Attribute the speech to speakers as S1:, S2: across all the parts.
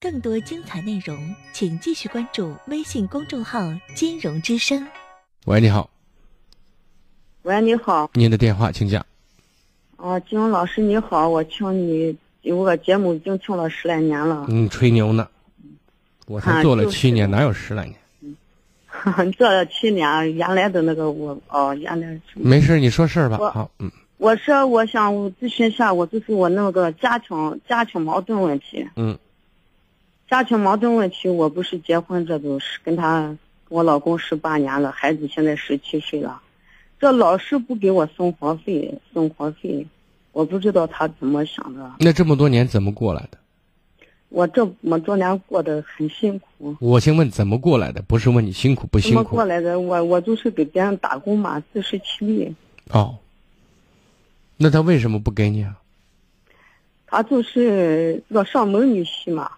S1: 更多精彩内容，请继续关注微信公众号“金融之声
S2: 喂，你好，
S3: 喂，你好，
S2: 您的电话请讲。
S3: 啊，金融老师你好，我听你有个节目已经听了十来年了，
S2: 嗯，吹牛呢，我才
S3: 啊
S2: 做了
S3: 就是
S2: 七年，哪有十来年？
S3: 做了七年，原来的那个我哦，原来是
S2: 没事，你说事儿吧。
S3: 我
S2: 好，嗯
S3: 我说我想咨询一下，我就是我那个家庭家庭矛盾问题，
S2: 嗯
S3: 家庭矛盾问题，我不是结婚这都是跟他跟我老公十八年了，孩子现在十七岁了，这老是不给我生活费，生活费，我不知道他怎么想的，
S2: 那这么多年怎么过来的？
S3: 我这么多年过得很辛苦。
S2: 我先问怎么过来的，不是问你辛苦不
S3: 怎
S2: 辛
S3: 么
S2: 苦
S3: 过来的？我我就是给别人打工嘛，自食其力。
S2: 哦。那他为什么不给你啊？
S3: 他就是这个上门女婿嘛，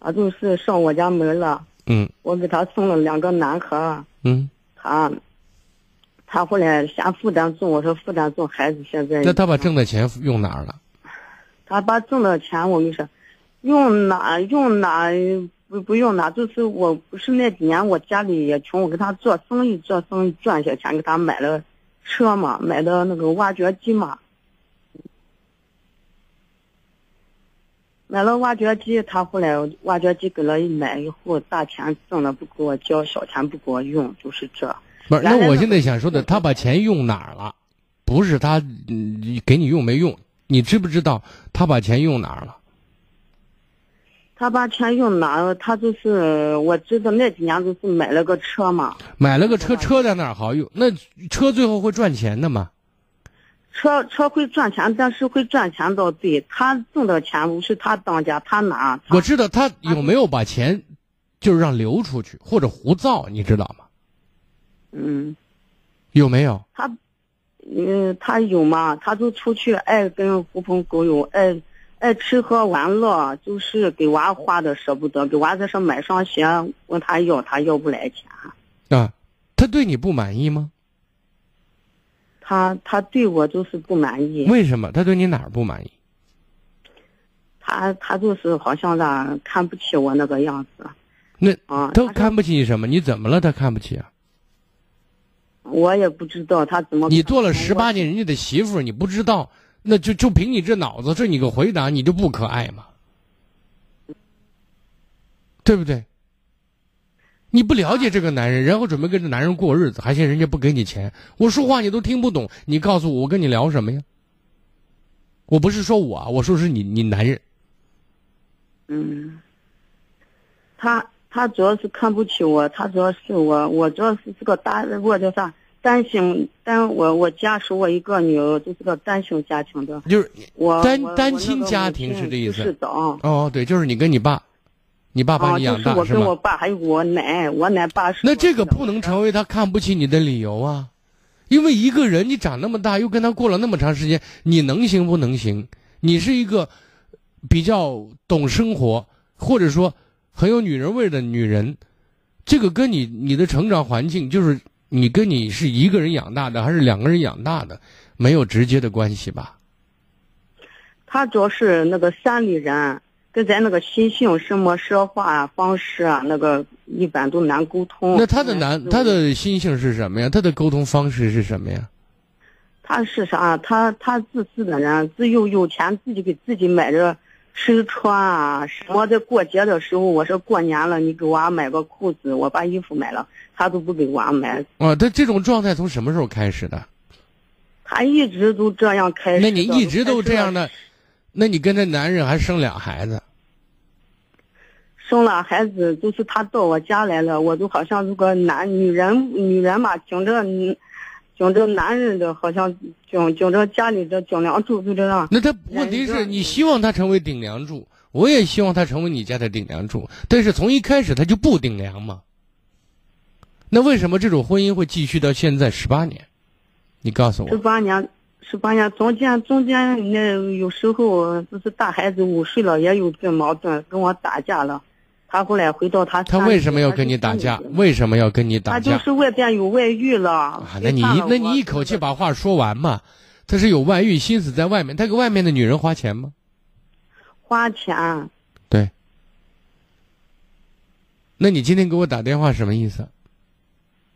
S3: 他就是上我家门了。
S2: 嗯
S3: 我给他送了两个男孩儿，
S2: 嗯，
S3: 他他后来嫌负担重，我说负担重，孩子现在
S2: 那他把挣的钱用哪儿了？
S3: 他把挣的钱我没说，用哪用哪不不用哪，就是我不是那几年我家里也穷，我给他做生意做生意赚些钱，给他买了车嘛，买的那个挖掘机嘛，买了挖掘机，他后来挖掘机给了一买以后，大钱挣了不给我交，小钱不给我用，就是这。
S2: 不是，
S3: 原来嗯
S2: 那我
S3: 那
S2: 现
S3: 个
S2: 在想说的，他把钱用哪儿了？不是他嗯给你用没用，你知不知道他把钱用哪儿了？
S3: 他把钱用哪？他就是我知道那几年就是买了个车嘛，
S2: 买了个车，车在那儿好用，那车最后会赚钱的嘛？
S3: 车车会赚钱，但是会赚钱到对他挣的钱不是他当家，他拿。他
S2: 我知道他有没有把钱，就是让流出去或者胡造，你知道吗？
S3: 嗯，
S2: 有没有？
S3: 他，嗯，他有嘛？他就出去爱跟狐朋狗友，爱爱吃喝玩乐，就是给娃花的舍不得，给娃在这买双鞋，问他要，他要不来钱。
S2: 啊，他对你不满意吗？
S3: 他他对我就是不满意，
S2: 为什么？他对你哪儿不满意？
S3: 他他就是好像让看不起我那个样子
S2: 那
S3: 啊。
S2: 他
S3: 他
S2: 看不起你什么？你怎么了？他看不起啊？
S3: 我也不知道他怎么看我。
S2: 你做了十
S3: 我
S2: 八年人家的媳妇儿，你不知道，那就就凭你这脑子，这你个回答，你就不可爱嘛？对不对？你不了解这个男人，然后准备跟这男人过日子，还嫌人家不给你钱，我说话你都听不懂，你告诉我，我跟你聊什么呀？我不是说我啊，我说是你，你男人，
S3: 嗯，他他主要是看不起我，他主要是我，我主要是这个单，我叫啥单性单，我我家属我一个女儿，就是个单性家庭的，
S2: 就是
S3: 我
S2: 单
S3: 我我
S2: 单
S3: 那个
S2: 亲
S3: 母
S2: 家庭
S3: 亲
S2: 是这意思
S3: 是的啊。
S2: 哦，对，就是你跟你爸，你爸把
S3: 啊，
S2: 你
S3: 就
S2: 养
S3: 是
S2: 大、
S3: 我
S2: 是
S3: 跟
S2: 吗？
S3: 我爸还有我奶，我奶爸是
S2: 那
S3: 我
S2: 这个
S3: 的
S2: 不能成为他看不起你的理由啊，因为一个人你长那么大，又跟他过了那么长时间，你能行不能行？你是一个比较懂生活，或者说很有女人味的女人，这个跟你你的成长环境，就是你跟你是一个人养大的还是两个人养大的，没有直接的关系吧？
S3: 他主要是那个山里人，跟咱那个心性、什么说话方式啊，那个一般都难沟通。
S2: 那他的
S3: 难
S2: 男
S3: 思
S2: 他
S3: 维
S2: 的心性是什么呀？他的沟通方式是什么呀？
S3: 他是啥？他他自私的人，自幼有钱，自己给自己买着吃穿啊什么。在过节的时候，我说过年了，你给娃买个裤子，我把衣服买了，他都不给娃买，
S2: 啊，他这种状态从什么时候开始的？
S3: 他一直都这样开始的。
S2: 那你一直都这样
S3: 我才
S2: 的，那你跟这男人还生俩孩子，
S3: 知道？生了孩子，就是他到我家来了，我就好像这个男女人女人嘛，顶着你，顶着男人的，好像顶顶着家里的顶梁柱，就这样。
S2: 那他问题
S3: 男
S2: 是
S3: 人
S2: 你希望他成为顶梁柱，我也希望他成为你家的顶梁柱，但是从一开始他就不顶梁嘛。那为什么这种婚姻会继续到现在十八年？你告诉
S3: 十
S2: 我，
S3: 八年，十八年中间中间那有时候呃就是大孩子五岁了，也有这矛盾，跟我打架了。他后来回到他
S2: 他
S3: 山里
S2: 为什么要跟你打架？为什么要跟你打
S3: 他就
S2: 架？
S3: 是外边有外遇了。
S2: 啊，那
S3: 背
S2: 你
S3: 叛
S2: 一
S3: 了
S2: 那
S3: 我
S2: 你一口气把话说完嘛？他是有外遇，心思在外面，他给外面的女人花钱吗？
S3: 花钱。
S2: 对。那你今天给我打电话什么意思？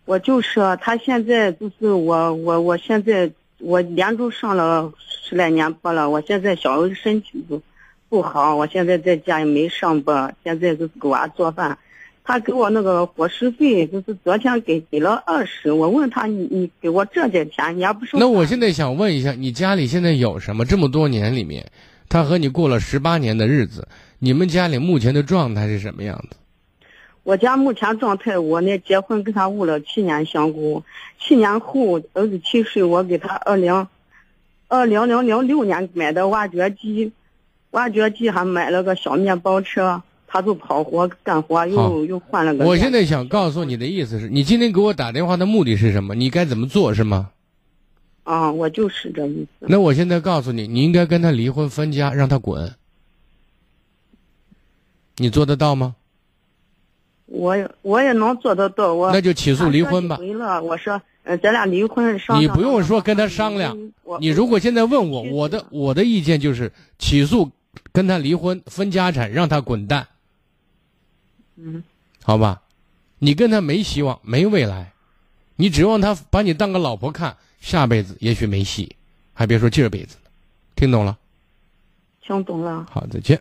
S3: 我就是他现在就是我我我现在我连轴上了十来年班了，我现在小时候身体不不好，我现在在家也没上班，现在就是给娃做饭。他给我那个伙食费，就是昨天给给了二十，我问他你你给我这点钱，你还不收？
S2: 那我现在想问一下，你家里现在有什么？这么多年里面，他和你过了十八年的日子，你们家里目前的状态是什么样子？
S3: 我家目前状态，我呢结婚跟他务了七年香菇，七年后儿子七岁，我给他二零二零零零六年买的挖掘机，挖掘机还买了个小面包车，他就跑活干活，
S2: 好
S3: 又又换了个。
S2: 我现在想告诉你的意思是，你今天给我打电话的目的是什么？你该怎么做是吗？
S3: 啊，我就是这意思。
S2: 那我现在告诉你，你应该跟他离婚分家，让他滚。你做得到吗？
S3: 我也我也能做得到，我
S2: 那就起诉离婚吧。
S3: 回了，我说，呃，咱俩离婚商量。
S2: 你不用说跟他商量，
S3: 我嗯
S2: 你如果现在问我，
S3: 确实
S2: 我的我的意见就是起诉，跟他离婚分家产，让他滚蛋，
S3: 嗯，
S2: 好吧？你跟他没希望，没未来，你指望他把你当个老婆看，下辈子也许没戏，还别说这辈子呢听懂了？
S3: 听懂了。
S2: 好，再见。